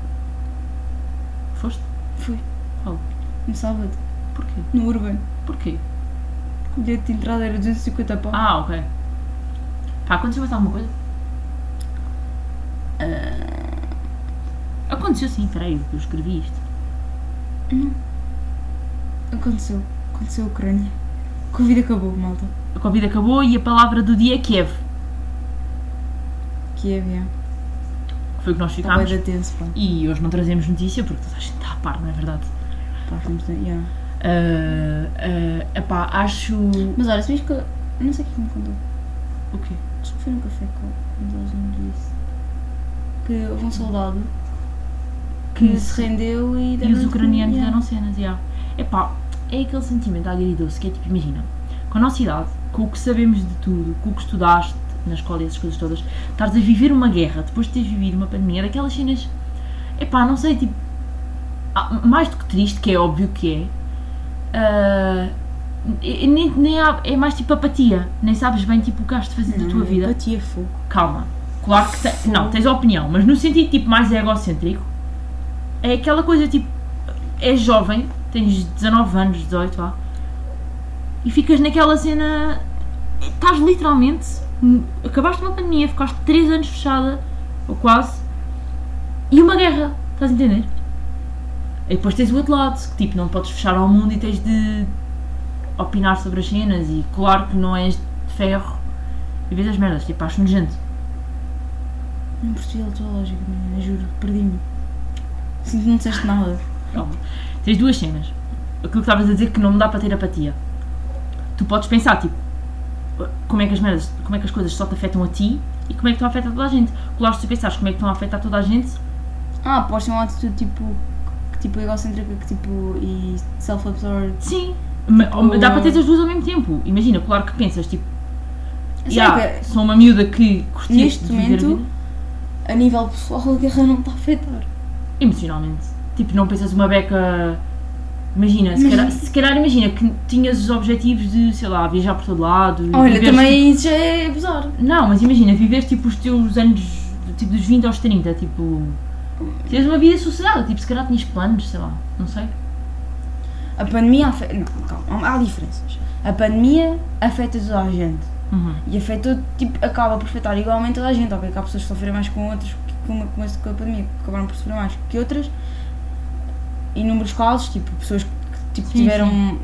Speaker 2: Foste?
Speaker 1: Fui.
Speaker 2: Qual?
Speaker 1: No sábado,
Speaker 2: Porquê?
Speaker 1: no Urban.
Speaker 2: Porquê?
Speaker 1: O bilhete de entrada era 250 pau.
Speaker 2: Ah, ok. Pá, aconteceu mais alguma coisa? Ah, Aconteceu sim, peraí, eu escrevi isto.
Speaker 1: Aconteceu. Aconteceu a Ucrânia. Covid acabou, malta.
Speaker 2: A Covid acabou e a palavra do dia é Kiev.
Speaker 1: Que é bem.
Speaker 2: que Foi o que nós
Speaker 1: Está
Speaker 2: ficámos.
Speaker 1: bem Tá tenso, pá.
Speaker 2: E hoje não trazemos notícia porque toda a gente está a par, não é verdade?
Speaker 1: Pá, estamos a- yeah.
Speaker 2: Ah, ah, epá, acho.
Speaker 1: Mas olha, se que eu... Não sei quem me contou.
Speaker 2: O quê?
Speaker 1: Acho que foi no café com onde eles me disse. Que houve um soldado que se rendeu e...
Speaker 2: Hum. E os
Speaker 1: deram-lhe-
Speaker 2: ucranianos
Speaker 1: yeah.
Speaker 2: deram cenas, já. Epá, é aquele sentimento agridoce que é tipo, imagina, com a nossa idade, com o que sabemos de tudo, com o que estudaste na escola e essas coisas todas, estás a viver uma guerra depois de teres vivido uma pandemia, daquelas cenas, epá, não sei, tipo, ah, mais do que triste, que é óbvio que é, ah, e- e nem, nem há- é mais tipo apatia, nem sabes bem tipo, o que has de fazer da
Speaker 1: Uhum,
Speaker 2: tua vida
Speaker 1: Empatia, fogo.
Speaker 2: calma, claro que te- não, tens opinião, mas no sentido tipo mais egocêntrico, é aquela coisa tipo, és jovem, tens 19 anos, 18, vá, e ficas naquela cena, estás literalmente, hum, acabaste uma pandemia, ficaste 3 anos fechada, ou quase, e uma guerra, estás a entender? E depois tens o outro lado, que tipo, não podes fechar ao mundo e tens de opinar sobre as cenas e claro que não és de ferro e vês as merdas, tipo, acho nojento.
Speaker 1: Não percebi a tua lógica, menina, juro, perdi-me. Sinto que não disseste nada.
Speaker 2: Calma. Tens duas cenas. Aquilo que estavas a dizer que não me dá para ter apatia. Tu podes pensar, tipo, como é que as merdas, como é que as coisas só te afetam a ti e como é que estão a afetar toda a gente. Claro, se tu pensares como é que estão a afetar toda a gente,
Speaker 1: Ah, podes ter uma atitude tipo. que tipo egocêntrica que tipo. e self-absorbed.
Speaker 2: sim. Ma-
Speaker 1: Tipo,
Speaker 2: ou- Dá para ter as duas ao mesmo tempo. Imagina, claro que pensas, tipo,
Speaker 1: Sabe
Speaker 2: yeah, sou uma miúda que curtiu
Speaker 1: Neste
Speaker 2: de viver a
Speaker 1: momento-
Speaker 2: vida."
Speaker 1: que a nível pessoal a guerra não está a afetar.
Speaker 2: Emocionalmente. Tipo, não pensas uma beca. Imagina, se calhar, se calhar imagina que tinhas os objetivos de, sei lá, viajar por todo lado.
Speaker 1: Olha,
Speaker 2: viveres,
Speaker 1: também isso já é abusar.
Speaker 2: Não, mas imagina, viveres tipo os teus anos, tipo dos 20 aos 30, tipo. Tens uma vida sossegada, tipo, se calhar tinhas planos, sei lá, não sei.
Speaker 1: A pandemia afeta. Não, calma, há diferenças. A pandemia afeta toda a gente.
Speaker 2: Uhum,
Speaker 1: E afetou, tipo, acaba por afetar igualmente toda a gente. Óbvio que há pessoas que sofrem mais com outras, que com, uma, com essa- com a pandemia, que acabaram por sofrer mais que outras. Inúmeros casos, tipo, pessoas que tipo,
Speaker 2: Sim,
Speaker 1: tiveram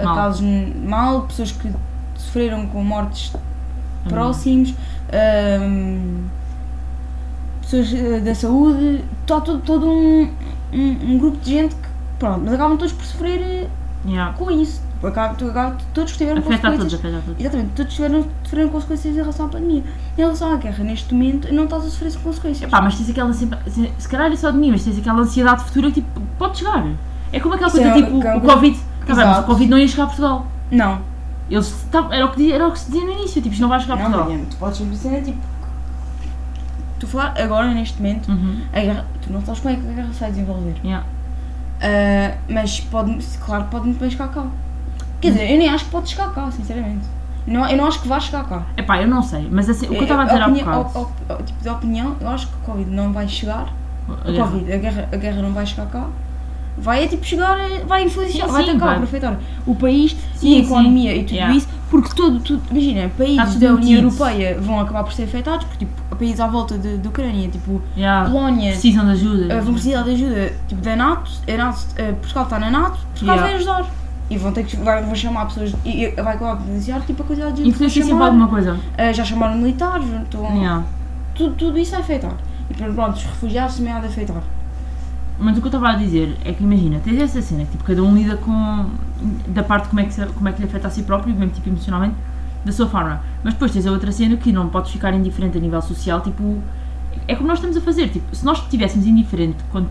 Speaker 1: a
Speaker 2: Mal.
Speaker 1: casos n- mal, pessoas que sofreram com mortes
Speaker 2: Uhum.
Speaker 1: próximos, ahm, pessoas eh, da saúde, está todo, todo um, um, um grupo de gente que, pronto, mas acabam todos por sofrer eh,
Speaker 2: Yeah.
Speaker 1: com isso. Acabam, tu- acabam- todos tiveram
Speaker 2: Afeta a todos,
Speaker 1: consequências
Speaker 2: afeta a todos.
Speaker 1: Exatamente, todos tiveram, tiveram consequências em relação à pandemia. Em relação à guerra, neste momento, não estás a sofrer consequências.
Speaker 2: Pá, mas tens aquela sempre. Se, se calhar é só de mim, mas tens aquela ansiedade futura que tipo, pode chegar. É como aquela
Speaker 1: Isso
Speaker 2: coisa
Speaker 1: é
Speaker 2: tipo,
Speaker 1: aquela
Speaker 2: o
Speaker 1: coisa-
Speaker 2: Covid. Tá bem, mas o
Speaker 1: Exato.
Speaker 2: Covid não ia chegar a Portugal.
Speaker 1: Não,
Speaker 2: Eles, tá- era, o que, di- era o que se dizia no início, tipo, isto não vai chegar a
Speaker 1: não,
Speaker 2: Portugal.
Speaker 1: Mariana, tu podes ver cena tipo. Tu falar agora, neste momento,
Speaker 2: Uhum.
Speaker 1: a guerra, tu não sabes como é que a guerra se vai desenvolver.
Speaker 2: Yeah.
Speaker 1: Ah, mas pode, claro que pode muito bem chegar cá. Quer dizer, eu nem acho que pode chegar cá, sinceramente. Não, eu não acho que vá chegar cá.
Speaker 2: Epá, eu não sei, mas assim, o que
Speaker 1: É,
Speaker 2: eu estava a dizer há
Speaker 1: opinião,
Speaker 2: bocado.
Speaker 1: op- op- Tipo de opinião, eu acho que o Covid não vai chegar.
Speaker 2: a
Speaker 1: O
Speaker 2: guerra.
Speaker 1: Covid, a guerra, a guerra não vai chegar cá. Vai é tipo chegar, eh, vai influenciar,
Speaker 2: Sim,
Speaker 1: vai
Speaker 2: sim,
Speaker 1: atacar,
Speaker 2: vai.
Speaker 1: vai afetar o país
Speaker 2: Sim,
Speaker 1: e a economia e tudo
Speaker 2: Yeah.
Speaker 1: isso, porque todo, tudo, imagina,
Speaker 2: Está
Speaker 1: países
Speaker 2: tudo
Speaker 1: da União
Speaker 2: metido.
Speaker 1: Europeia vão acabar por ser afetados, porque tipo, países à volta de- da Ucrânia, tipo
Speaker 2: Yeah.
Speaker 1: Polónia,
Speaker 2: Precisam de ajuda.
Speaker 1: Uh, vão precisar de ajuda tipo, da NATO, a NATO uh, Portugal está na NATO, Portugal
Speaker 2: Yeah.
Speaker 1: vai ajudar. E vão ter que vai, vão chamar pessoas e, e vai acabar por iniciar tipo a quantidade de gente que vão
Speaker 2: Influencia sempre
Speaker 1: chamar.
Speaker 2: alguma coisa.
Speaker 1: Uh, já chamaram militares, vão- estão-
Speaker 2: Yeah.
Speaker 1: tudo, tudo isso vai afetar. E pronto, pronto, os refugiados também há de afetar.
Speaker 2: Mas o que eu estava a dizer é que imagina, tens essa cena, que, tipo, cada um lida com da parte de como é que, se- como é que lhe afeta a si próprio, mesmo tipo emocionalmente, da sua forma. Mas depois tens a outra cena que não podes ficar indiferente a nível social, tipo, é como nós estamos a fazer, tipo, se nós estivéssemos indiferente quanto,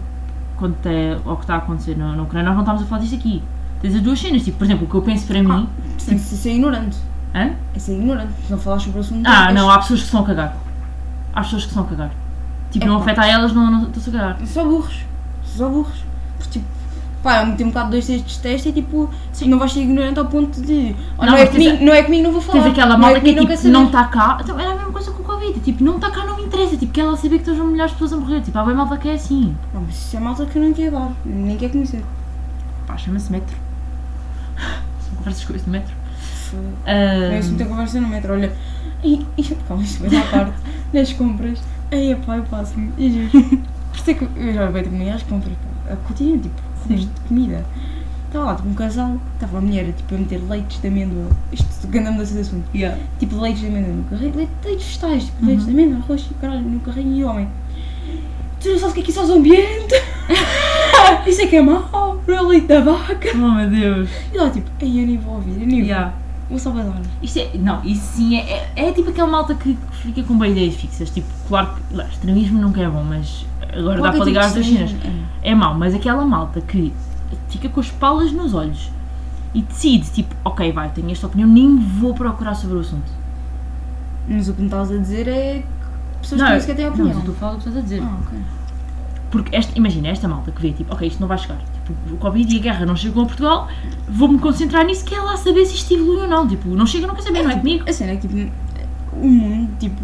Speaker 2: quanto é, ao que está a acontecer na, na Ucrânia, nós não estávamos a falar disto aqui. Tens as duas cenas, tipo, por exemplo, o que eu penso para mim.
Speaker 1: Sim, isso isso é ignorante.
Speaker 2: Hã?
Speaker 1: É ser ignorante, se não falar sobre o assunto.
Speaker 2: Ah,
Speaker 1: és-
Speaker 2: não, há pessoas que se vão cagar. Há pessoas que se vão cagar. Tipo, não
Speaker 1: Epá.
Speaker 2: afeta a elas, não, não estou a cagar.
Speaker 1: Só burros. Só burros. Porque tipo, pá, eu meti um bocado dois textos de teste e tipo, não vais ser ignorante ao ponto de. "Oh,
Speaker 2: Não,
Speaker 1: não, é
Speaker 2: mas tens
Speaker 1: comigo, não é comigo, não vou falar.
Speaker 2: Tens
Speaker 1: não
Speaker 2: aquela
Speaker 1: é
Speaker 2: malta que é
Speaker 1: comigo, não
Speaker 2: tipo,
Speaker 1: quero saber."
Speaker 2: não está cá. Então, era a mesma coisa com o Covid. Tipo, não está cá, não me interessa. Tipo, quer ela saber que estão as milhares de pessoas a morrer. Tipo, há bem malta que é assim.
Speaker 1: Não, mas isso é malta que eu não quero dar, nem quero conhecer.
Speaker 2: Pá, chama-se metro. São conversas com isso de metro.
Speaker 1: Foda-se.
Speaker 2: Ah,
Speaker 1: Eu sempre conversa no metro, olha. E, e calma, isto vai à parte. Nas compras. Aí, pá, eu passo-me. Eu juro. Por isso é que eu já levei também às compras, pá. A cotinha, tipo, compras de comida. Estava lá, tipo, um casal. Estava a mulher, tipo, a meter leites de amêndoa. Isto, ganhamos desse assunto. Tipo, leites de amêndoa no carrinho. Leite, leites vegetais, tipo, leites
Speaker 2: Uhum.
Speaker 1: de amêndoa, arroz, caralho, no carrinho e homem. Tu não sabes o que é que isso é o ambiente? isso é que é mau. Não é leite da vaca.
Speaker 2: Oh meu Deus.
Speaker 1: E lá, tipo, aí eu nem vou ouvir, eu nem vou.
Speaker 2: Yeah.
Speaker 1: Vou só bazar.
Speaker 2: Isto é, não, isso sim é, é, é tipo aquela malta que fica com bem ideias fixas. Tipo, claro que lá, extremismo nunca é bom, mas agora dá
Speaker 1: tipo
Speaker 2: para ligar as duas cenas.
Speaker 1: É.
Speaker 2: É mau, mas aquela malta que fica com as palas nos olhos e decide, tipo, ok, vai, eu tenho esta opinião, nem vou procurar sobre o assunto.
Speaker 1: Mas o que me estás a dizer é que pessoas
Speaker 2: Não,
Speaker 1: que nem sequer têm
Speaker 2: não,
Speaker 1: opinião.
Speaker 2: mas eu estou a falar do que estás a dizer.
Speaker 1: Ah, ok.
Speaker 2: Porque esta, imagina, esta malta que vê, tipo, ok, isto não vai chegar. Tipo, o Covid e a guerra não chegou a Portugal, vou-me concentrar nisso, que é lá saber se isto evolui ou não. Tipo, não chega, não quer saber, não é comigo.
Speaker 1: A cena é que tipo, o mundo, tipo,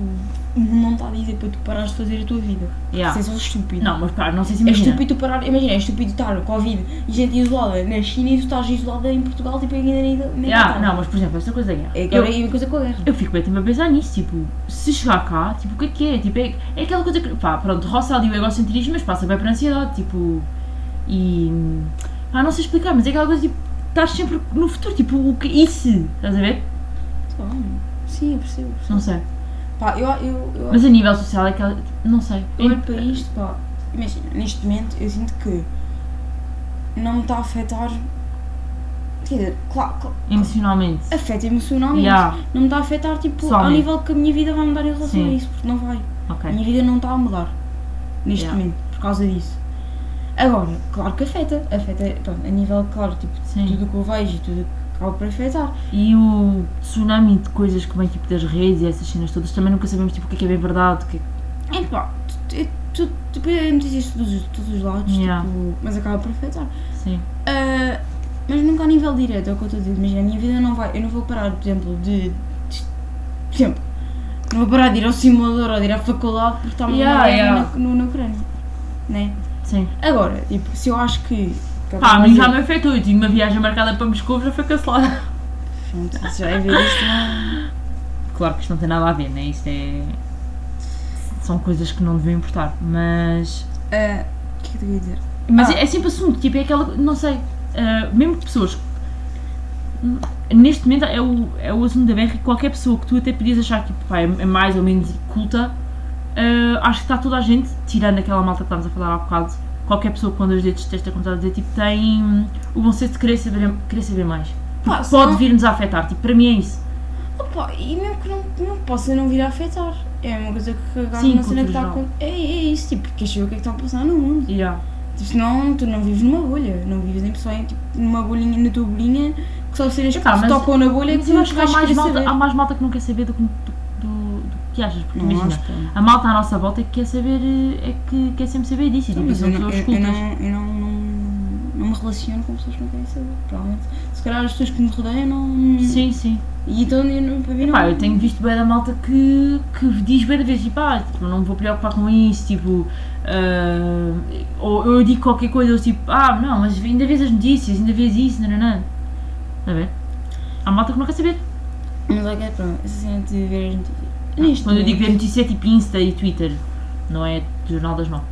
Speaker 1: o mundo não está a dizer para tu parares de fazer a tua vida.
Speaker 2: Yeah.
Speaker 1: Isso é só estúpido.
Speaker 2: Não, mas pá, não sei se
Speaker 1: É
Speaker 2: imagina.
Speaker 1: estúpido tu parar, imagina, é estúpido estar Covid e gente isolada na China e tu estás isolada em Portugal, tipo, ainda nem. nem
Speaker 2: Yeah,
Speaker 1: tá.
Speaker 2: Ah, não, mas por exemplo, esta coisa da guerra.
Speaker 1: É que
Speaker 2: Eu-
Speaker 1: agora é a mesma coisa com a guerra.
Speaker 2: Eu fico bem também a pensar nisso, tipo, se chegar cá, tipo, o que é que é? Tipo, é, é aquela coisa que, pá, pronto, roça ali o egocentrismo, mas passa bem para a ansiedade, tipo, e, pá, não sei explicar, mas é aquela coisa, tipo, estás sempre no futuro, tipo, o que, e se? Estás a ver?
Speaker 1: Ah, Sim, eu percebo.
Speaker 2: Não sei.
Speaker 1: Pá, eu, eu, eu,
Speaker 2: Mas a nível social é aquela, não é sei.
Speaker 1: eu olho para isto, pá, imagina, neste momento eu sinto que não me está a afetar. Quer dizer, claro, claro
Speaker 2: Emocionalmente.
Speaker 1: afeta emocionalmente.
Speaker 2: Yeah,
Speaker 1: Não me está a afetar, tipo, ao
Speaker 2: Pessoalmente.
Speaker 1: nível que a minha vida vai mudar em relação
Speaker 2: Sim.
Speaker 1: a isso, porque não vai. A
Speaker 2: ok.
Speaker 1: minha vida não está a mudar neste
Speaker 2: Yeah.
Speaker 1: momento por causa disso. Agora, claro que afeta, afeta pronto, a nível, claro, tipo,
Speaker 2: Sim.
Speaker 1: tudo o que eu vejo e tudo o que acaba por afetar.
Speaker 2: E o tsunami de coisas que vem, tipo, das redes e essas cenas todas, também nunca sabemos, tipo, o que é que é bem verdade, o que é que...
Speaker 1: É pá, tu- tu- tu- tipo, é notícias de todos, todos os lados,
Speaker 2: Yeah.
Speaker 1: tipo, mas acaba por afetar.
Speaker 2: Sim.
Speaker 1: Ah, mas nunca a nível direto, é o que eu estou a dizer. Imagina, a minha vida não vai. Eu não vou parar, por exemplo, de. de- por exemplo, não vou parar de ir ao simulador ou de ir à faculdade porque está uma
Speaker 2: Yeah,
Speaker 1: guerra
Speaker 2: yeah.
Speaker 1: na, no, na Ucrânia. Né?
Speaker 2: Sim.
Speaker 1: Agora, tipo, se eu acho que. que eu
Speaker 2: Pá, a
Speaker 1: vou
Speaker 2: mim Ah, já
Speaker 1: fazer-
Speaker 2: me afetou, eu tinha uma viagem marcada para Moscou, já foi cancelada.
Speaker 1: Pronto, se já é ver isto, não.
Speaker 2: Claro que isto não tem nada a ver, né? Isto é. São coisas que não devem importar, mas.
Speaker 1: Ah, O que é que eu ia dizer?
Speaker 2: Mas
Speaker 1: Ah.
Speaker 2: é sempre assunto, tipo, é aquela. Não sei. ah, mesmo que pessoas. Neste momento é o, é o assunto da berra e qualquer pessoa que tu até podias achar que pá, é é mais ou menos culta, ah, acho que está toda a gente, tirando aquela malta que estávamos a falar há bocado, qualquer pessoa que quando os dedos testa como estás a dizer, tipo, tem hum, o bom senso de querer saber, querer saber mais.
Speaker 1: Pá,
Speaker 2: Porque
Speaker 1: se
Speaker 2: pode
Speaker 1: não-
Speaker 2: vir-nos a afetar, tipo, para mim é isso.
Speaker 1: Opa, e mesmo que não, não possa não vir a afetar. É uma coisa que agora
Speaker 2: Sim,
Speaker 1: uma cena que está
Speaker 2: cultura
Speaker 1: com. É, é isso, tipo, queres saber o que é que está a passar no mundo.
Speaker 2: Yeah.
Speaker 1: Tipo, senão tu não vives numa bolha, não vives em pessoa, em, tipo, numa bolhinha, na tua bolinha, que só cenas que
Speaker 2: Epá,
Speaker 1: te
Speaker 2: mas-
Speaker 1: tocam na bolha
Speaker 2: Mas
Speaker 1: que
Speaker 2: eu
Speaker 1: tu
Speaker 2: acho que há
Speaker 1: vais
Speaker 2: mais,
Speaker 1: querer
Speaker 2: malta,
Speaker 1: saber.
Speaker 2: há mais malta que não quer saber do que, do, do que achas. Porque
Speaker 1: Não,
Speaker 2: imagina,
Speaker 1: acho que não.
Speaker 2: a malta à nossa volta é que quer saber, eh, é que quer sempre saber disso. E
Speaker 1: Não,
Speaker 2: tipo,
Speaker 1: mas eu
Speaker 2: são
Speaker 1: não,
Speaker 2: pessoas
Speaker 1: eu, eu,
Speaker 2: cultas.
Speaker 1: não, eu não, não, não me relaciono com pessoas que não querem saber, provavelmente. Se calhar as pessoas que me rodeiam não.
Speaker 2: Sim, sim.
Speaker 1: E então eu não- para mim não.
Speaker 2: Pá, eu tenho visto bem da malta que, que diz bem da vez, tipo, ah, tipo, não me vou preocupar com isso, tipo, ah, ou eu digo qualquer coisa, ou tipo, ah, não, mas ainda vês as notícias, ainda vês isso, nananã. Tá A ver? Há malta que não quer saber.
Speaker 1: Mas é que é pronto, essa cena de ver as notícias. Neste
Speaker 2: Ah, Quando eu digo ver
Speaker 1: momento,
Speaker 2: notícia é tipo Insta e Twitter, não é Jornal das Nove.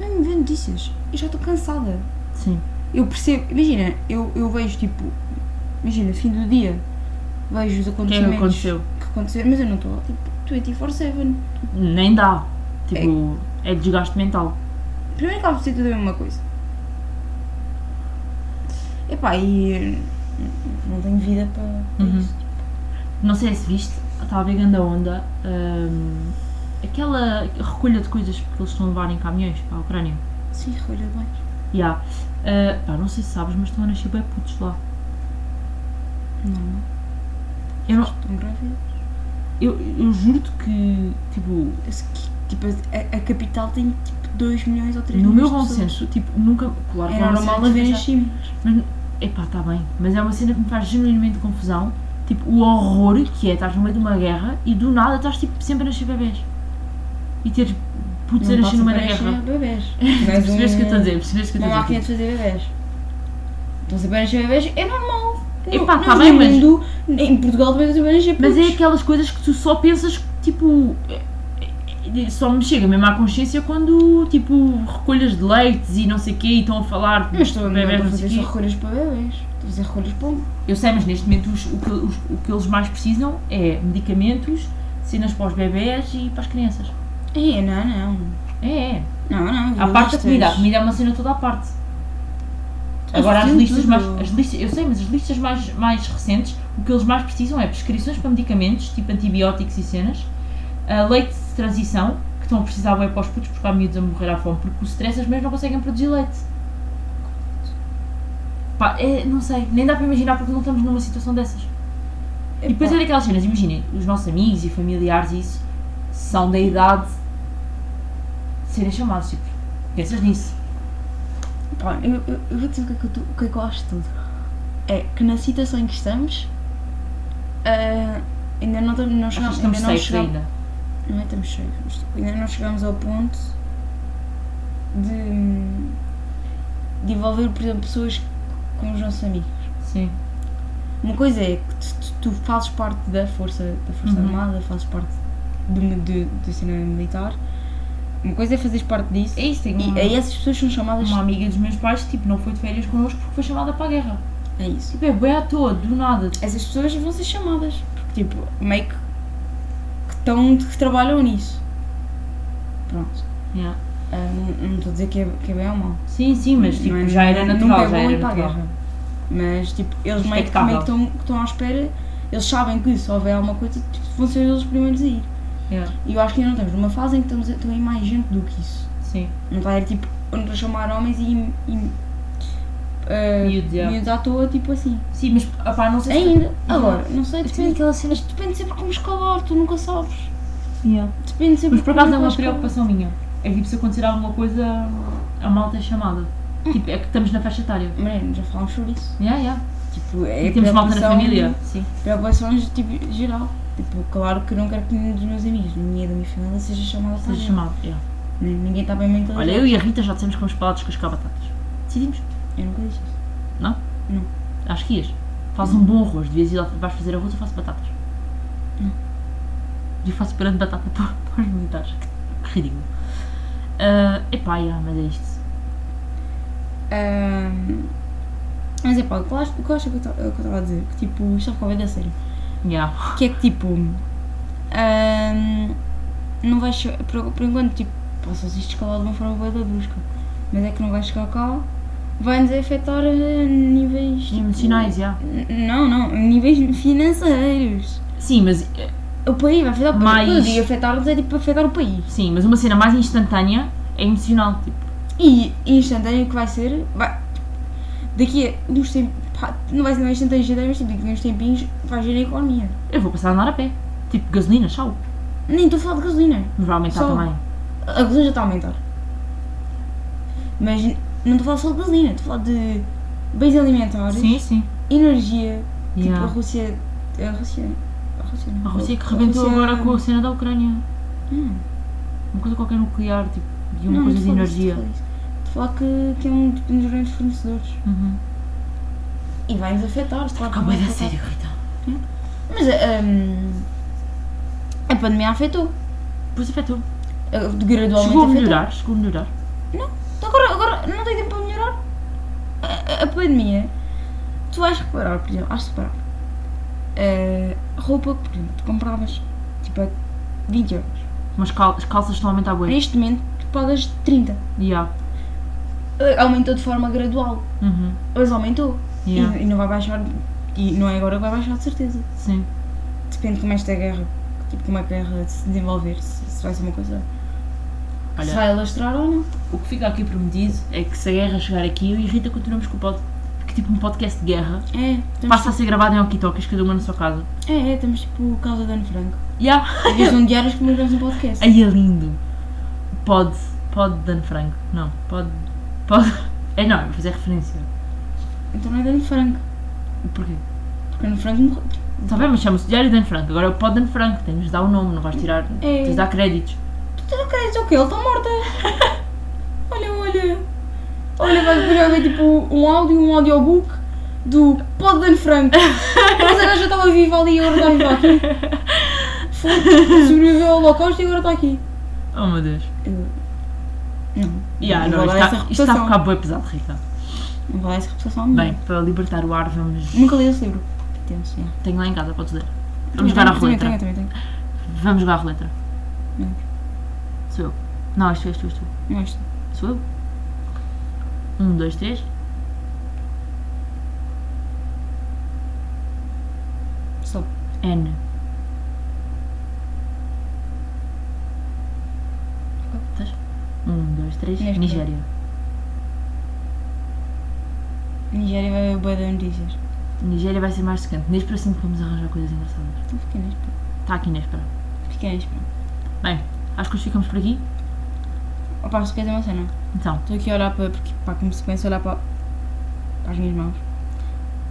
Speaker 1: Não ver notícias. Eu já estou cansada.
Speaker 2: Sim.
Speaker 1: Eu percebo, imagina, eu, eu vejo tipo. Imagina, fim do dia, vejo os
Speaker 2: O que é que
Speaker 1: acontecimentos.
Speaker 2: aconteceu?
Speaker 1: que acontecer, mas eu não estou tipo 24-7.
Speaker 2: Nem dá. Tipo, é, desgaste mental.
Speaker 1: Primeiro que há de ser tudo a mesma coisa. Epá, e hum, não tenho vida para para
Speaker 2: Uhum.
Speaker 1: isso.
Speaker 2: Não sei se viste, estava a ver grande onda. hum, aquela recolha de coisas que eles estão a levar em caminhões para a Ucrânia.
Speaker 1: Sim, recolha de bens.
Speaker 2: Yeah. Uh, pá, não sei se sabes, mas estão a nascer bem putos lá.
Speaker 1: Não, não.
Speaker 2: Eu, não-
Speaker 1: Estou grávida.
Speaker 2: eu, eu juro-te que, tipo,
Speaker 1: Eu sei que, Tipo, a, a capital tem tipo 2 milhões ou 3
Speaker 2: no meu
Speaker 1: milhões.
Speaker 2: bom
Speaker 1: de pessoas.
Speaker 2: senso, tipo, nunca. Claro que
Speaker 1: Era assim,
Speaker 2: não sei
Speaker 1: normal haver
Speaker 2: dizer-
Speaker 1: enchimentos.
Speaker 2: Mas, epá, está bem. Mas é uma cena que me faz genuinamente confusão. Tipo, o horror que é estás no meio de uma guerra e do nada estás tipo, sempre a nascer bebês. E teres putos a
Speaker 1: Não passa
Speaker 2: nascer no meio
Speaker 1: para
Speaker 2: da
Speaker 1: encher
Speaker 2: guerra.
Speaker 1: bebés. Mas
Speaker 2: Percebes o que eu estou a
Speaker 1: um-
Speaker 2: dizer? Percebes o que eu
Speaker 1: Uma
Speaker 2: estou a
Speaker 1: máquina
Speaker 2: dizer?
Speaker 1: de fazer bebés. Então, se apenas nascer bebés, é normal. No-
Speaker 2: Epá, tá
Speaker 1: no
Speaker 2: bem, mas-
Speaker 1: mundo, Em Portugal também estão a nascer
Speaker 2: Mas é
Speaker 1: putos.
Speaker 2: aquelas coisas que tu só pensas, tipo. é- é- Só me chega mesmo à consciência quando, tipo, recolhas de leites e não sei o quê e estão a falar de
Speaker 1: Mas estou a
Speaker 2: bebés, não é assim? sei
Speaker 1: fazer
Speaker 2: o quê.
Speaker 1: só recolhas para bebês. Estou a fazer recolhas para um.
Speaker 2: Eu sei, mas neste momento os- o, que, os- o que eles mais precisam é medicamentos, cenas para os bebés e para as crianças.
Speaker 1: É, não, não.
Speaker 2: É, é.
Speaker 1: Não, não.
Speaker 2: À parte da
Speaker 1: listas.
Speaker 2: comida, a comida é uma cena toda à parte.
Speaker 1: Eles
Speaker 2: Agora as
Speaker 1: precisam de
Speaker 2: listas
Speaker 1: tudo.
Speaker 2: mais. As listas, eu sei, mas as listas mais, mais recentes, o que eles mais precisam é prescrições para medicamentos, tipo antibióticos e cenas, ah, leite de transição, que estão a precisar bem para os putos porque há miúdos a morrer à fome, porque o stress as mães não conseguem produzir leite. Pá, Pá, é, não sei, nem dá para imaginar porque não estamos numa situação dessas. E depois é daquelas cenas, imaginem, os nossos amigos e familiares e isso são da idade de serem chamados, tipo, pensas nisso.
Speaker 1: Pá, eu, eu- eu vou dizer o que é que eu, tô- o que é que eu acho de tudo. É que na situação em que estamos, ah, ainda não, tam- não
Speaker 2: Achas
Speaker 1: chegamos.
Speaker 2: que estamos
Speaker 1: ainda não
Speaker 2: safe
Speaker 1: chegamos,
Speaker 2: ainda?
Speaker 1: não é, estamos cheios. Ainda não chegamos ao ponto de, de envolver, por exemplo, pessoas com os nossos amigos.
Speaker 2: Sim.
Speaker 1: Uma coisa é que tu, tu- tu fazes parte da força, da força
Speaker 2: Uhum.
Speaker 1: armada, fazes parte do mi- de- da cena militar. Uma coisa é fazeres parte disso.
Speaker 2: É isso, tenho
Speaker 1: E
Speaker 2: uma,
Speaker 1: aí essas pessoas são chamadas.
Speaker 2: uma amiga dos meus pais, tipo, não foi de férias connosco porque foi chamada para a guerra.
Speaker 1: É isso.
Speaker 2: Tipo, é bué à toa, do nada.
Speaker 1: essas pessoas vão ser chamadas. Porque, tipo, meio que, que, tão, que trabalham nisso. Pronto.
Speaker 2: Yeah.
Speaker 1: Ah, não- não estou a dizer que é, que é bem ou mal.
Speaker 2: Sim, sim, mas tipo, já era
Speaker 1: Nunca
Speaker 2: natural,
Speaker 1: é
Speaker 2: já
Speaker 1: bom
Speaker 2: era
Speaker 1: ir para a
Speaker 2: natural.
Speaker 1: guerra. Mas, tipo, eles meio que
Speaker 2: Respeitável.
Speaker 1: meio que estão que estão à espera. Eles sabem que se houver alguma coisa, tipo, vão ser eles os primeiros a ir.
Speaker 2: Yeah.
Speaker 1: E eu acho que ainda não estamos numa fase em que estamos a, estão a ir mais gente do que isso.
Speaker 2: Sim.
Speaker 1: Não está a ir, tipo, onde a chamar homens e. e ah,
Speaker 2: Miúdos, yeah.
Speaker 1: miúdos à toa, tipo assim.
Speaker 2: Sim, mas opá, não sei se.
Speaker 1: Ainda. Agora, não sei,
Speaker 2: Depende
Speaker 1: depende.
Speaker 2: daquelas cenas.
Speaker 1: Mas depende sempre como escalar, tu nunca sabes.
Speaker 2: Yeah.
Speaker 1: Depende sempre
Speaker 2: Mas por acaso é
Speaker 1: como
Speaker 2: uma
Speaker 1: vais escalar.
Speaker 2: preocupação minha. É tipo se acontecer alguma coisa, a malta é chamada. Tipo, é que estamos na faixa etária.
Speaker 1: Mano, já falámos sobre isso.
Speaker 2: Yeah, yeah.
Speaker 1: Tipo,
Speaker 2: E
Speaker 1: é
Speaker 2: temos malta na
Speaker 1: preocupação-
Speaker 2: família. Sim.
Speaker 1: Preocupações tipo, geral. Tipo, claro que eu não quero que nenhum dos meus amigos, ninguém da minha família, seja chamado para
Speaker 2: Seja
Speaker 1: isso.
Speaker 2: chamado. yeah.
Speaker 1: Nem- Ninguém está bem mentalizado.
Speaker 2: Olha, eu e a Rita já dissemos que vamos para lá descascar batatas. Decidimos.
Speaker 1: Eu nunca disse isso.
Speaker 2: Acho que ias. Faz um bom arroz. Devias ir lá, vais fazer arroz, eu faço batatas.
Speaker 1: Não.
Speaker 2: E eu faço grande batata para, para os militares. Ridículo. Ah, epá, yeah, mas é isto.
Speaker 1: Ahm, mas é pá, o que eu acho o que eu acho que eu ta- que eu estava a dizer, que tipo, isto é Covid a sério.
Speaker 2: Yeah.
Speaker 1: Que é que tipo. ahm, não vai chegar. Por, por enquanto, tipo, posso assistir escalar de uma forma boa da brusca. Mas é que não vai chegar cá. Vai-nos afetar a níveis. tipo,
Speaker 2: Emocionais, yeah.
Speaker 1: N- Não, não, níveis financeiros.
Speaker 2: Sim mas, eh,
Speaker 1: O país vai afetar o país
Speaker 2: Mais-
Speaker 1: todo e afetar-nos é tipo afetar o país.
Speaker 2: sim, mas uma cena mais instantânea é emocional. Tipo,
Speaker 1: E instantâneo que vai ser, vai, daqui a uns tempos, pá, não vai ser mais instantâneo, instantâneo, mas tipo, daqui a uns tempinhos vai gerar a economia.
Speaker 2: eu vou passar a andar a pé. Tipo, gasolina, tchau.
Speaker 1: Nem estou a falar de gasolina,
Speaker 2: Mas vai aumentar
Speaker 1: Só-
Speaker 2: também.
Speaker 1: a gasolina já está a aumentar. Mas n- não estou a falar só de gasolina, estou a falar de bens alimentares,
Speaker 2: Sim, sim.
Speaker 1: energia, tipo
Speaker 2: Yeah.
Speaker 1: a Rússia, a Rússia, a Rússia, não.
Speaker 2: A Rússia que rebentou
Speaker 1: Rússia-
Speaker 2: agora com a cena da Ucrânia.
Speaker 1: Hum.
Speaker 2: Uma coisa qualquer nuclear, tipo, e uma
Speaker 1: Não,
Speaker 2: coisa de
Speaker 1: não te falo disso,
Speaker 2: energia.
Speaker 1: te falo disso. Te falar que, que é um tipo, dos grandes fornecedores.
Speaker 2: Uhum.
Speaker 1: E vai-nos afetar, claro que
Speaker 2: Ah,
Speaker 1: vai
Speaker 2: bué da
Speaker 1: afetar.
Speaker 2: sério, Rita.
Speaker 1: Mas hum, a pandemia afetou.
Speaker 2: Pois afetou.
Speaker 1: Uh, Gradualmente
Speaker 2: Chegou a
Speaker 1: afetou.
Speaker 2: melhorar, chegou a melhorar.
Speaker 1: Então agora, agora não tem tempo para melhorar. A, a- a pandemia, tu vais reparar, por exemplo, vais reparar. Uh, roupa que, por exemplo, tu compravas tipo a 20 euros.
Speaker 2: Mas cal- as calças estão a aumentar bué.
Speaker 1: Neste momento, tu pagas 30.
Speaker 2: Yeah.
Speaker 1: Uh, aumentou de forma gradual,
Speaker 2: Uhum.
Speaker 1: mas aumentou. E-
Speaker 2: Yeah.
Speaker 1: E, não vai baixar. E não é agora que vai baixar, de certeza.
Speaker 2: Sim.
Speaker 1: Depende de como é esta guerra, tipo, como é que a guerra se desenvolver, se, se vai ser uma coisa.
Speaker 2: Olha.
Speaker 1: Se vai alastrar ou não.
Speaker 2: O que fica aqui prometido é que se a guerra chegar aqui, eu e a Rita continuamos com o podcast. Porque, tipo, um podcast de guerra
Speaker 1: É, estamos,
Speaker 2: passa a ser gravado em Okitokis, cada uma na sua casa.
Speaker 1: é, é, estamos tipo causa de Ana Franco.
Speaker 2: Yeah.
Speaker 1: Às vezes são diários que gravamos um podcast.
Speaker 2: Aí é lindo. Pode. Pode Dan Franco. Não. Pode. Pode. É não, eu vou fazer referência.
Speaker 1: Então não é de Ana Franco,
Speaker 2: Porquê?
Speaker 1: porque Ana Franco morreu.
Speaker 2: Está bem, mas chama-se Diário Dan Franco. Agora é o Pod Dan Franco. Tens de dar o nome, não vais tirar.
Speaker 1: É.
Speaker 2: Tens de dar créditos.
Speaker 1: Tu não queres dizer o quê? Ele está morta! olha, olha! Olha, vai depois vai haver tipo um áudio, um audiobook do Pod de Ana Franco. Mas a gaja estava viva ali e agora está viva aqui. Foi, tipo, sobreviveu ao Holocausto e agora está aqui.
Speaker 2: Oh meu Deus.
Speaker 1: Eu- Não,
Speaker 2: Yeah,
Speaker 1: Não vou
Speaker 2: não, isto
Speaker 1: dar
Speaker 2: está-
Speaker 1: essa
Speaker 2: isto está a
Speaker 1: reputação.
Speaker 2: ficar bem pesado, Rita.
Speaker 1: não vale essa reputação a mim.
Speaker 2: Bem, para libertar o ar, vamos.
Speaker 1: Nunca li esse livro. Tenso, é.
Speaker 2: Tenho lá em casa, podes ler. Vamos jogar à roleta.
Speaker 1: Também, também, também.
Speaker 2: Vamos jogar a roleta.
Speaker 1: Vamos.
Speaker 2: Sou eu. Não, és tu, és tu, és tu.
Speaker 1: Não gosto.
Speaker 2: Sou eu. Um, dois, três.
Speaker 1: Stop.
Speaker 2: N. Estás? Um, dois, três.
Speaker 1: Neste.
Speaker 2: Nigéria.
Speaker 1: Nigéria vai ver boa de notícias.
Speaker 2: Nigéria vai ser mais secante. Neste para sempre vamos arranjar coisas engraçadas.
Speaker 1: Então fiquei na espera.
Speaker 2: Está aqui neste para.
Speaker 1: Fiquei na espera.
Speaker 2: Bem, acho que hoje ficamos por aqui.
Speaker 1: Opa, se quer dizer uma cena.
Speaker 2: Então,
Speaker 1: Estou aqui a olhar para. Porque, pá, como se começa a olhar para, para as minhas mãos.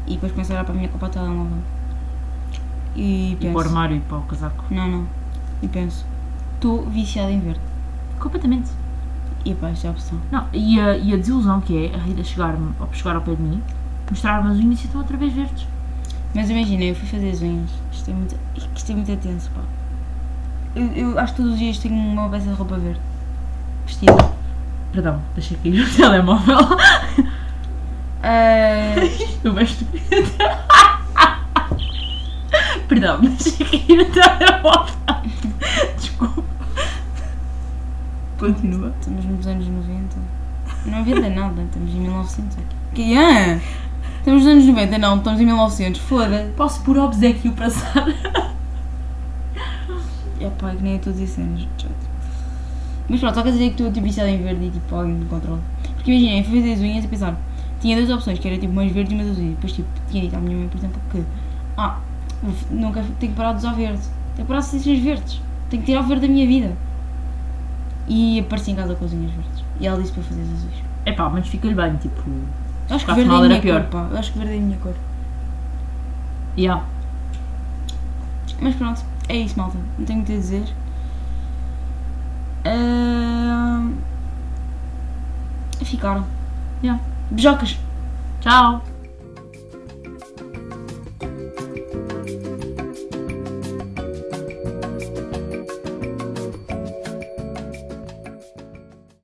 Speaker 1: E depois começo a olhar para a minha copa de telemóvel. E
Speaker 2: e para o
Speaker 1: penso.
Speaker 2: armário e para o casaco.
Speaker 1: não, não. E penso. Estou viciada em verde.
Speaker 2: Completamente.
Speaker 1: E pá, isto é a opção.
Speaker 2: Não, e a, e a desilusão que é a Rita chegar, ao- chegar ao pé de mim, mostrar-me as unhas e estão outra vez verdes.
Speaker 1: Mas imagina, eu fui fazer as unhas. Isto é muito, isto é muito tenso, pá. Eu, eu acho que todos os dias tenho uma peça de roupa verde. Vestida.
Speaker 2: Perdão, deixei cair o telemóvel.
Speaker 1: Ah,
Speaker 2: Eu mais estúpida. Perdão, deixei cair o telemóvel. Desculpa. Continua.
Speaker 1: estamos nos anos 90. 90 nada, estamos em 1900. Que é? Estamos nos anos 90, não, estamos em 1900. Foda-se.
Speaker 2: Posso por obsequio passar?
Speaker 1: É pá, que nem eu estou a dizer cenas. chato. Mas pronto, só quer dizer que estou tipo viciada em verde e tipo alguém me controla. Porque imagina, eu fui fazer as unhas e pensar. Tinha duas opções, que era tipo umas verdes e umas azuis. Depois tipo, tinha dito à minha mãe, por exemplo, que. Ah, uf, nunca tenho que parar de usar verde. Tenho que parar de ser unhas verdes. Tenho que tirar o verde da minha vida. E apareci em casa com as unhas verdes. E ela disse para eu fazer as azuis.
Speaker 2: Epá, mas fica-lhe bem, tipo.
Speaker 1: Eu acho que
Speaker 2: Pá,
Speaker 1: verde é a
Speaker 2: afinal
Speaker 1: minha
Speaker 2: era pior.
Speaker 1: cor, pá. Eu acho que verde é a minha cor.
Speaker 2: Yeah.
Speaker 1: Mas pronto, é isso, malta. Não tenho muito a dizer. Ahn, Ficaram.
Speaker 2: Yeah.
Speaker 1: Beijocas!
Speaker 2: Tchau.